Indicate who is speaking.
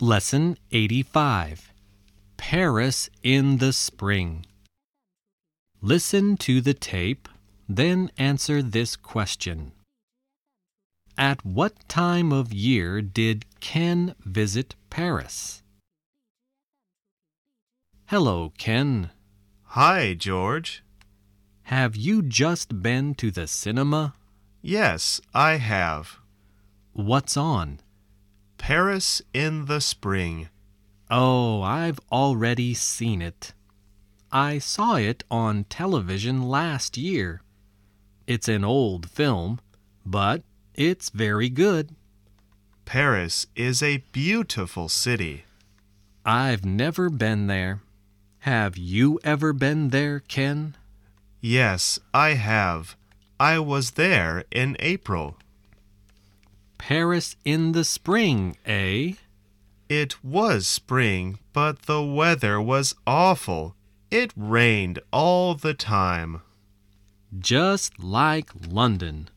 Speaker 1: Lesson 85 Paris in the Spring. Listen to the tape, then answer this question At what time of year did Ken visit Paris? Hello, Ken.
Speaker 2: Hi, George.
Speaker 1: Have you just been to the cinema?
Speaker 2: Yes, I have.
Speaker 1: What's on?
Speaker 2: Paris in the Spring.
Speaker 1: Oh, I've already seen it. I saw it on television last year. It's an old film, but it's very good.
Speaker 2: Paris is a beautiful city.
Speaker 1: I've never been there. Have you ever been there, Ken?
Speaker 2: Yes, I have. I was there in April.
Speaker 1: Paris in the spring, eh?
Speaker 2: It was spring, but the weather was awful. It rained all the time.
Speaker 1: Just like London.